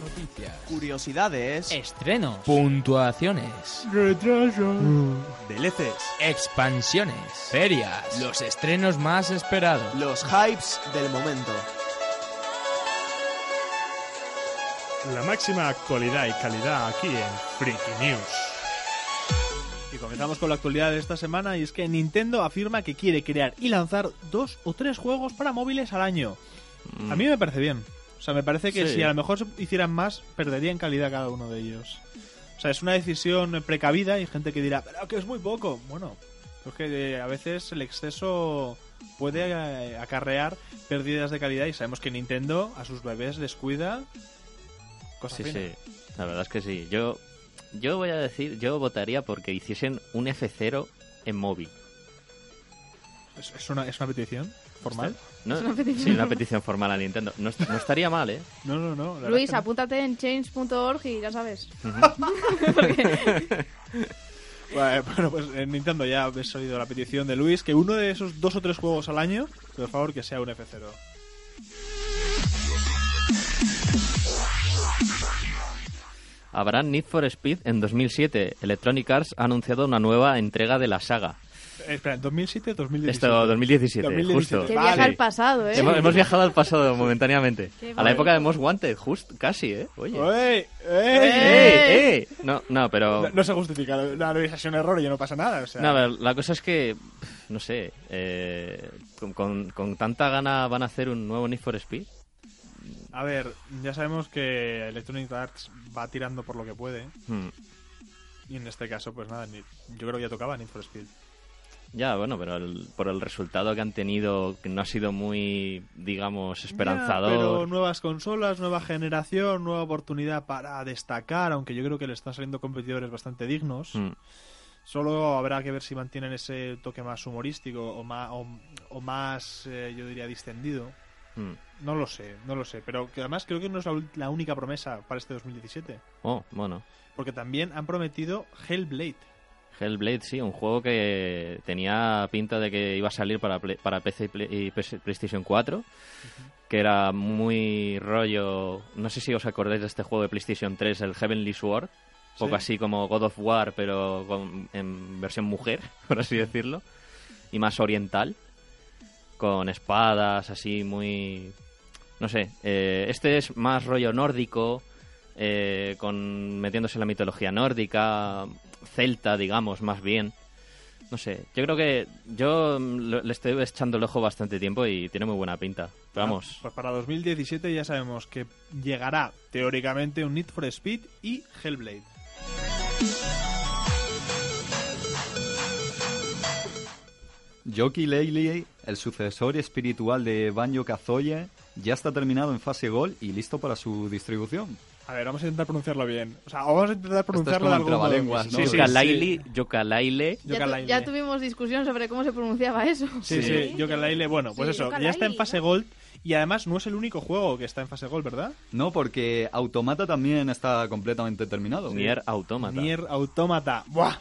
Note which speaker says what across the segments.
Speaker 1: Noticias.
Speaker 2: Curiosidades
Speaker 3: Estrenos.
Speaker 1: Puntuaciones.
Speaker 2: deleces,
Speaker 1: Expansiones. Ferias. Los estrenos más esperados.
Speaker 2: los hypes del momento.
Speaker 4: La máxima actualidad y calidad aquí en Freaky News.
Speaker 5: Y comenzamos con la actualidad de esta semana y es que Nintendo afirma que quiere crear y lanzar dos o tres juegos para móviles al año. A mí me parece bien. O sea, me parece que
Speaker 6: Mm. Sí.
Speaker 5: si a lo mejor se hicieran más, perderían calidad cada uno de ellos. O sea, es una decisión precavida y gente que dirá, pero que es muy poco. Bueno, es que eh, a veces el exceso puede eh, acarrear pérdidas de calidad y sabemos que Nintendo a sus bebés les cuida. Cosa
Speaker 6: Sí,
Speaker 5: fina.
Speaker 6: sí. La verdad es que sí. Yo, yo voy a decir, yo votaría porque hiciesen un F0 en móvil.
Speaker 5: ¿Es, es una, ¿Es una petición formal?
Speaker 6: ¿No? Sí, una petición formal a Nintendo. No, est- no estaría mal, ¿eh?
Speaker 5: No, no, no. la verdad
Speaker 7: Luis,
Speaker 5: que no.
Speaker 7: apúntate en change.org y ya sabes.
Speaker 5: Vale, Bueno, pues en Nintendo ya habéis oído la petición de Luis que uno de esos dos o tres juegos al año, por favor, que sea un F0.
Speaker 6: Habrá Need for Speed en 2007. Electronic Arts ha anunciado una nueva entrega de la saga.
Speaker 5: Eh, espera, ¿2007 2017?
Speaker 6: Esto, 2017,
Speaker 5: 2017.
Speaker 6: justo.
Speaker 7: Que
Speaker 5: Vale.
Speaker 7: viaja al pasado, ¿eh?
Speaker 6: Hemos, hemos viajado al pasado momentáneamente.
Speaker 7: Qué
Speaker 6: A la
Speaker 7: bonito.
Speaker 6: época de Most Wanted, justo, casi, ¿eh? Oye.
Speaker 5: ¡Ey!
Speaker 6: ¡Ey,
Speaker 5: ¡Ey!
Speaker 6: ey! No, no, pero...
Speaker 5: No, no se justifica, no, no, Luis, ha sido un error y ya no pasa nada. O sea,
Speaker 6: No, a ver, la cosa es que, pf, no sé, eh, con, con- con tanta gana van a hacer un nuevo Need for Speed.
Speaker 5: a ver, ya sabemos que Electronic Arts va tirando por lo que puede.
Speaker 6: Hmm.
Speaker 5: Y en este caso, pues nada, ni- yo creo que ya tocaba Need for Speed.
Speaker 6: Ya, bueno, pero el- por el resultado que han tenido, que no ha sido muy, digamos,
Speaker 5: Ya, pero
Speaker 6: esperanzador.
Speaker 5: nuevas consolas, nueva generación, nueva oportunidad para destacar, aunque yo creo que le están saliendo competidores bastante dignos.
Speaker 6: Hmm.
Speaker 5: Solo habrá que ver si mantienen ese toque más humorístico o más, o, o más eh, yo diría, distendido.
Speaker 6: Hmm.
Speaker 5: No lo sé, no lo sé. Pero que además creo que no es la, ul- la única promesa para este 2017.
Speaker 6: Oh, bueno.
Speaker 5: Porque también han prometido Hellblade.
Speaker 6: Hellblade, sí, un juego que tenía pinta de que iba a salir para, Play- para PC y, Play- y PS PlayStation 4, que era muy rollo... No sé si os acordáis de este juego de PlayStation 3, el Heavenly Sword, un poco
Speaker 5: Sí.
Speaker 6: así como God of War, pero con- en versión mujer, por así decirlo, y más oriental, con espadas, así muy... No sé, eh, este es más rollo nórdico, eh, con metiéndose en la mitología nórdica, celta, digamos, más bien. No sé, yo creo que yo mm, lo- le estoy echando el ojo bastante tiempo y tiene muy buena pinta. Pero
Speaker 5: Ah,
Speaker 6: vamos,
Speaker 5: Pues para 2017 ya sabemos que llegará teóricamente un Need for Speed y Hellblade.
Speaker 8: Yoki Leili, el sucesor espiritual de Banjo Kazooie, ya está terminado en fase Gol y listo para su distribución.
Speaker 5: A ver, vamos a intentar pronunciarlo bien. O sea, o vamos a intentar
Speaker 8: es
Speaker 5: pronunciarlo de
Speaker 8: como
Speaker 5: algún
Speaker 8: el
Speaker 5: modo.
Speaker 8: trabalenguas, ¿no?
Speaker 5: Sí, sí,
Speaker 6: Yokalaili, Yokalaile,
Speaker 5: sí.
Speaker 7: ya, tu-
Speaker 5: Yooka-Laylee.
Speaker 7: ya tuvimos discusión sobre cómo se pronunciaba eso.
Speaker 5: Sí, sí, Yooka-Laylee. Bueno, pues
Speaker 7: Sí,
Speaker 5: eso, ya
Speaker 7: Yooka-Laylee,
Speaker 5: está en fase
Speaker 7: ¿no?
Speaker 5: Gold. Y además no es el único juego que está en fase Gold, ¿verdad?
Speaker 8: No, porque Automata también está completamente terminado.
Speaker 6: Nier Automata.
Speaker 5: Nier Automata. ¡Buah!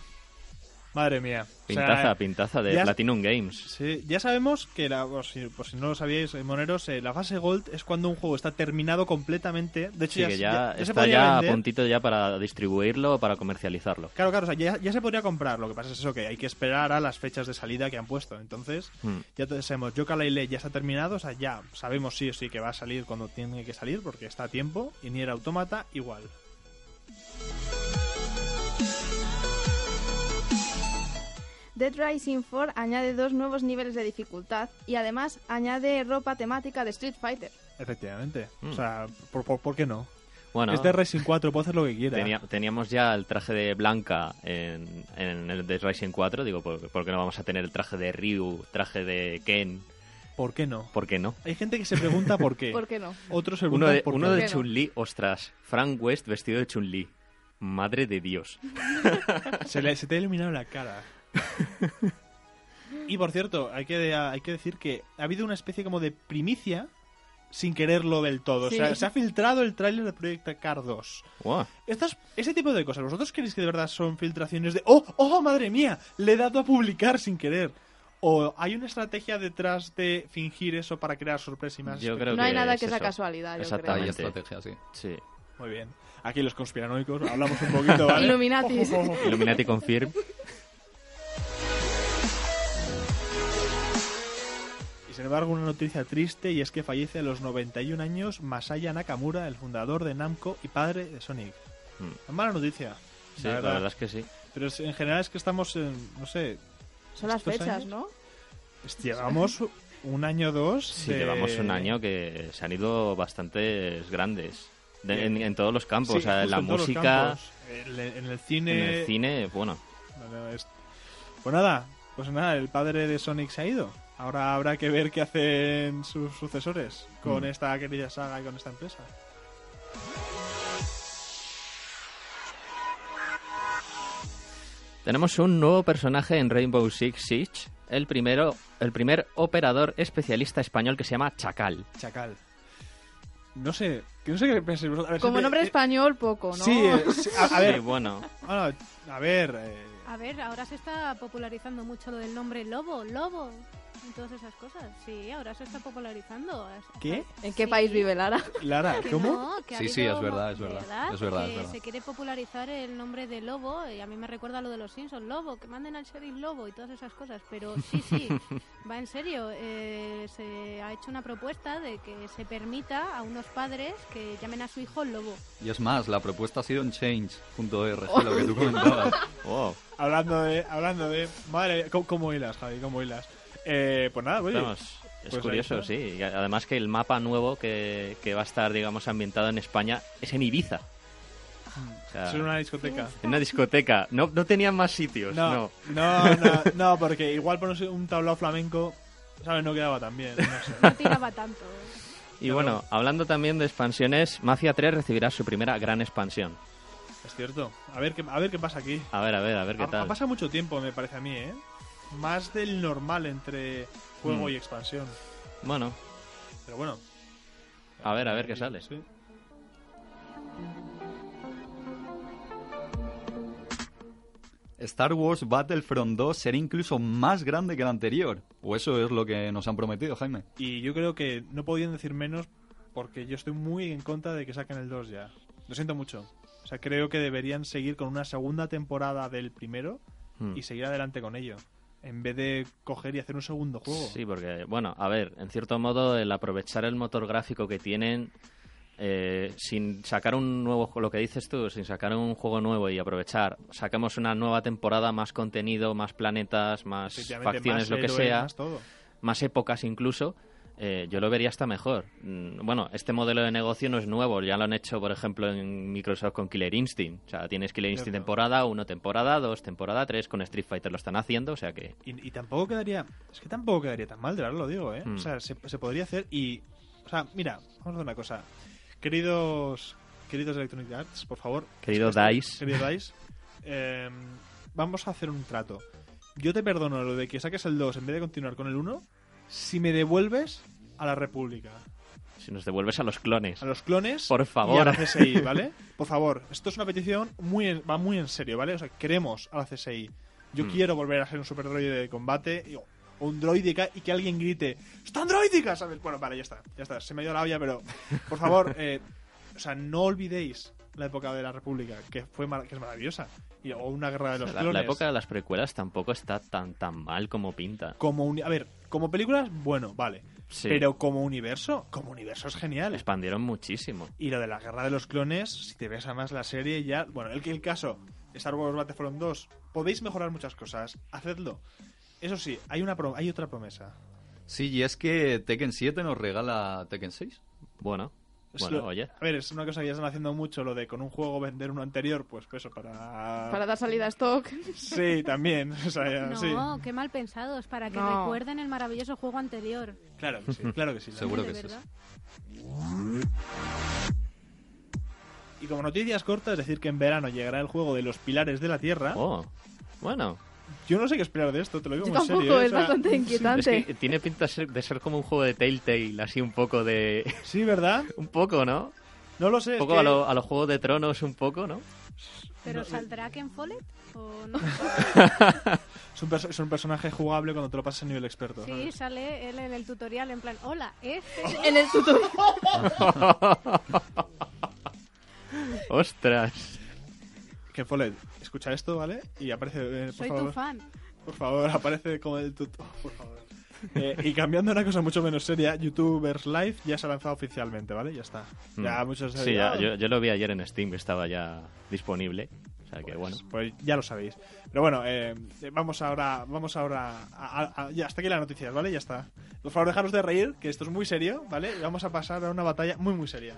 Speaker 5: Madre mía. O sea,
Speaker 6: Pintaza, pintaza de
Speaker 5: ya-
Speaker 6: Platinum Games.
Speaker 5: sí, ya sabemos que, la, por, si, por si no lo sabíais, eh, moneros, eh, la fase Gold es cuando un juego está terminado completamente. De hecho,
Speaker 6: Sí,
Speaker 5: ya,
Speaker 6: que
Speaker 5: ya-
Speaker 6: ya,
Speaker 5: ya se
Speaker 6: está
Speaker 5: podría
Speaker 6: ya a
Speaker 5: vender.
Speaker 6: puntito ya para distribuirlo, para comercializarlo.
Speaker 5: Claro, claro, o sea, ya, ya se podría comprar. Lo que pasa es eso, que hay que esperar a las fechas de salida que han puesto. Entonces,
Speaker 6: Hmm.
Speaker 5: ya te- sabemos, Yoka Laile ya está terminado, o sea, ya sabemos sí o sí que va a salir cuando tiene que salir, porque está a tiempo, y Nier Automata igual.
Speaker 7: Dead Rising 4 añade dos nuevos niveles de dificultad y además añade ropa temática de Street Fighter.
Speaker 5: Efectivamente.
Speaker 6: Mm.
Speaker 5: O sea, ¿por, por, por qué no?
Speaker 6: Bueno,
Speaker 5: Es de Racing 4, puede hacer lo que quiera.
Speaker 6: tenía- teníamos ya el traje de Blanca en, en el de Rising 4, digo, ¿por, por qué no vamos a tener el traje de Ryu, traje de Ken?
Speaker 5: ¿Por qué no?
Speaker 6: ¿Por qué no?
Speaker 5: Hay gente que se pregunta por qué.
Speaker 7: ¿Por qué no?
Speaker 5: Otros se
Speaker 6: Uno
Speaker 5: preguntan
Speaker 6: de,
Speaker 5: por
Speaker 6: uno
Speaker 5: qué.
Speaker 6: de
Speaker 7: Pero-
Speaker 6: Chun-Li, ostras. Frank West vestido de Chun-Li. Madre de Dios.
Speaker 5: Se, le- se te ha iluminado la cara. y por cierto, hay que, hay que decir que ha habido una especie como de primicia sin quererlo del todo. O sea,
Speaker 7: Sí.
Speaker 5: se ha filtrado el tráiler de Project Car 2.
Speaker 6: Guau.
Speaker 5: Estas, ese tipo de cosas, ¿vosotros creéis que de verdad son filtraciones de ¡Oh, oh, madre mía! Le he dado a publicar sin querer. ¿O hay una estrategia detrás de fingir eso para crear sorpresa y más?
Speaker 6: Yo
Speaker 5: espectáculo?
Speaker 6: creo
Speaker 7: No hay nada
Speaker 6: es
Speaker 7: que sea
Speaker 6: eso.
Speaker 7: casualidad, yo creo.
Speaker 6: Exactamente.
Speaker 8: Hay estrategia, sí.
Speaker 6: Sí.
Speaker 5: Muy bien. Aquí los conspiranoicos hablamos un poquito, ¿vale?
Speaker 7: Illuminatis.
Speaker 6: Illuminati Confirm.
Speaker 5: Y sin embargo, una noticia triste y es que fallece a los 91 años Masaya Nakamura, el fundador de Namco y padre de Sonic.
Speaker 6: Mm.
Speaker 5: Mala noticia.
Speaker 6: Sí, la verdad es que sí.
Speaker 5: Pero es- en general es que estamos en, no sé,
Speaker 7: Son las
Speaker 5: estos
Speaker 7: fechas,
Speaker 5: años-
Speaker 7: ¿no?
Speaker 5: es- Llevamos un año o dos.
Speaker 6: Sí,
Speaker 5: de-
Speaker 6: llevamos un año que se han ido bastantes grandes. De- en, en todos los campos.
Speaker 5: Sí,
Speaker 6: o sea,
Speaker 5: justo
Speaker 6: en la
Speaker 5: en todos los
Speaker 6: música,
Speaker 5: campos. Eh, En, el- en el
Speaker 6: en
Speaker 5: cine.
Speaker 6: el cine, bueno.
Speaker 5: Bueno, es- Pues nada, pues nada, el padre de Sonic se ha ido. Ahora habrá que ver qué hacen sus sucesores con
Speaker 6: Mm.
Speaker 5: esta querida saga y con esta empresa.
Speaker 6: Tenemos un nuevo personaje en Rainbow Six Siege. El, primero, el primer operador especialista español que se llama Chacal.
Speaker 5: Chacal. No sé, que no sé qué pensáis vosotros. A ver,
Speaker 7: Como
Speaker 5: siempre-
Speaker 7: nombre
Speaker 5: eh,
Speaker 7: español, poco, ¿no?
Speaker 5: Sí, eh, sí, a, a
Speaker 6: Sí,
Speaker 5: ver,
Speaker 6: bueno.
Speaker 5: bueno, a ver, eh,
Speaker 3: A ver, ahora se está popularizando mucho lo del nombre lobo, lobo. Y todas esas cosas. Sí, ahora se está popularizando.
Speaker 5: ¿Qué?
Speaker 7: ¿En qué
Speaker 3: Sí.
Speaker 7: país vive Lara?
Speaker 5: Lara,
Speaker 3: Que
Speaker 5: ¿cómo?
Speaker 3: no, que ha
Speaker 8: Sí, sí,
Speaker 3: habido
Speaker 8: es verdad,
Speaker 3: mo-
Speaker 8: es verdad, es verdad,
Speaker 3: que
Speaker 8: es verdad.
Speaker 3: Se quiere popularizar el nombre de Lobo y a mí me recuerda a lo de los Simpsons, Lobo, que manden al sheriff Lobo y todas esas cosas, pero sí, sí, va en serio. eh, se ha hecho una propuesta de que se permita a unos padres que llamen a su hijo Lobo.
Speaker 8: Y es más, la propuesta ha sido en change.org, lo que tú comentabas.
Speaker 6: Wow.
Speaker 5: Hablando de, hablando de, madre, ¿cómo, cómo hilas, Javi? ¿Cómo hilas? Eh, pues nada, oye,
Speaker 6: Vamos, es
Speaker 5: pues ahí
Speaker 6: curioso,
Speaker 5: está.
Speaker 6: sí. Y además que el mapa nuevo que, que va a estar, digamos, ambientado en España es en Ibiza. O sea,
Speaker 5: es una discoteca.
Speaker 6: en una discoteca. No, no tenían más sitios, no.
Speaker 5: No, no, no, no, porque igual ponerse un tablao flamenco, ¿sabes? No quedaba tan bien. no sé.
Speaker 3: No tiraba tanto. ¿eh?
Speaker 6: Y bueno, hablando también de expansiones, Mafia 3 recibirá su primera gran expansión.
Speaker 5: Es cierto. A ver qué, a ver qué pasa aquí.
Speaker 6: A ver, a ver, a ver qué
Speaker 5: Ha, ha
Speaker 6: tal.
Speaker 5: pasado mucho tiempo, me parece a mí, ¿eh? Más del normal entre juego
Speaker 6: Mm.
Speaker 5: y expansión.
Speaker 6: Bueno,
Speaker 5: Pero bueno. Eh,
Speaker 6: a ver, a ver qué sale.
Speaker 5: Sí.
Speaker 8: Star Wars Battlefront 2 será incluso más grande que el anterior. O eso es lo que nos han prometido, Jaime.
Speaker 5: Y yo creo que no podían decir menos porque yo estoy muy en contra de que saquen el 2 ya. Lo siento mucho. O sea, creo que deberían seguir con una segunda temporada del primero
Speaker 6: Hmm.
Speaker 5: y seguir adelante con ello. En vez de coger y hacer un segundo juego.
Speaker 6: Sí, porque, bueno, a ver, en cierto modo, el aprovechar el motor gráfico que tienen eh, sin sacar un nuevo, ju- lo que dices tú, sin sacar un juego nuevo y aprovechar, sacamos una nueva temporada, más contenido, más planetas, más
Speaker 5: Efectivamente,
Speaker 6: facciones,
Speaker 5: más
Speaker 6: lo que
Speaker 5: héroes,
Speaker 6: sea,
Speaker 5: más todo.
Speaker 6: más épocas incluso. eh, yo lo vería hasta mejor. Mm, Bueno, este modelo de negocio no es nuevo. Ya lo han hecho, por ejemplo, en Microsoft con Killer Instinct. O sea, tienes Killer Instinct
Speaker 5: Cierto.
Speaker 6: temporada 1, temporada 2, temporada 3. Con Street Fighter lo están haciendo. O sea que
Speaker 5: Y, y tampoco quedaría. Es que tampoco quedaría tan mal, de verdad lo digo, ¿eh?
Speaker 6: Mm.
Speaker 5: O sea, se, se podría hacer y. O sea, mira, vamos a hacer una cosa. Queridos. Queridos Electronic Arts, por favor.
Speaker 6: Querido
Speaker 5: es que-
Speaker 6: DICE.
Speaker 5: Querido Dice. eh, vamos a hacer un trato. Yo te perdono lo de que saques el 2 en vez de continuar con el 1 si me devuelves a la República,
Speaker 6: si nos devuelves a los clones.
Speaker 5: a los clones
Speaker 6: Por favor.
Speaker 5: y a la CSI, ¿vale? Por favor, esto es una petición muy en- va muy en serio, ¿vale? O sea, queremos a la CSI. Yo
Speaker 6: Mm.
Speaker 5: quiero volver a ser un super droide de combate y- o un droidica y que alguien grite ¡Está androidica! ¿sabes? Bueno, vale, ya está, ya está. Se me dio la olla, pero por favor, eh, o sea, no olvidéis la época de la República, que fue mar- que es maravillosa. Y, o una guerra de los
Speaker 6: La, la
Speaker 5: clones.
Speaker 6: época de las precuelas tampoco está tan tan mal como pinta.
Speaker 5: Como uni- a ver, como películas, bueno, vale.
Speaker 6: Sí.
Speaker 5: Pero como universo, como universo es genial.
Speaker 6: Expandieron muchísimo.
Speaker 5: Y lo de la guerra de los clones, si te ves a más la serie, ya. Bueno, el, el caso, Star Wars Battlefront 2, podéis mejorar muchas cosas, hacedlo. Eso sí, hay, una pro- hay otra promesa.
Speaker 8: Sí, y es que Tekken 7 nos regala Tekken 6.
Speaker 6: Bueno,
Speaker 5: Es
Speaker 6: bueno,
Speaker 5: lo-
Speaker 6: oye.
Speaker 5: A ver, es una cosa que ya están haciendo mucho, lo de con un juego vender uno anterior, pues eso, para.
Speaker 7: Para dar salida a stock.
Speaker 5: Sí, también. O sea, ya,
Speaker 3: No,
Speaker 5: sí.
Speaker 3: qué mal pensados, para que
Speaker 7: No.
Speaker 3: recuerden el maravilloso juego anterior.
Speaker 5: Claro que sí, claro que sí.
Speaker 8: Seguro.
Speaker 3: De
Speaker 8: que es
Speaker 3: verdad.
Speaker 5: Y como noticias cortas, es decir que en verano llegará el juego de los pilares de la tierra.
Speaker 6: Oh, bueno.
Speaker 5: Yo no sé qué esperar de esto, te lo digo
Speaker 7: Yo
Speaker 5: muy en
Speaker 7: tampoco,
Speaker 5: serio, ¿eh?
Speaker 7: es
Speaker 5: O sea,
Speaker 7: bastante
Speaker 6: Es
Speaker 7: inquietante.
Speaker 6: que tiene pinta ser- de ser como un juego de Telltale, así un poco de...
Speaker 5: Sí, ¿verdad?
Speaker 6: un poco, ¿no?
Speaker 5: No lo sé.
Speaker 6: Un
Speaker 5: es
Speaker 6: poco
Speaker 5: que-
Speaker 6: a los a lo Juego de Tronos, un poco, ¿no?
Speaker 3: ¿Pero
Speaker 8: eh,
Speaker 3: saldrá Ken Follett o no?
Speaker 5: Es un, perso- es un personaje jugable cuando te lo pasas a nivel experto.
Speaker 3: Sí,
Speaker 5: ¿sabes?
Speaker 3: sale él en el tutorial en plan, hola, este...
Speaker 7: En el tutorial.
Speaker 6: ¡Ostras!
Speaker 5: Que Follett, escucha esto, ¿vale? Y aparece, eh, por
Speaker 3: Soy tu
Speaker 5: favor.
Speaker 3: fan.
Speaker 5: Por favor, aparece como el tuto, por favor. Eh, y cambiando a una cosa mucho menos seria, YouTubers Live ya se ha lanzado oficialmente, ¿vale? Ya está. Ya
Speaker 6: Mm.
Speaker 5: muchos
Speaker 6: Sí, ya,
Speaker 5: ah,
Speaker 6: yo, yo lo vi ayer en Steam, que estaba ya disponible. O sea que bueno.
Speaker 5: Pues ya lo sabéis. Pero bueno, eh, eh, vamos ahora, vamos ahora, a- a- a- ya hasta aquí las noticias, ¿vale? Ya está. Por favor, dejaros de reír, que esto es muy serio, ¿vale? Y vamos a pasar a una batalla muy, muy seria.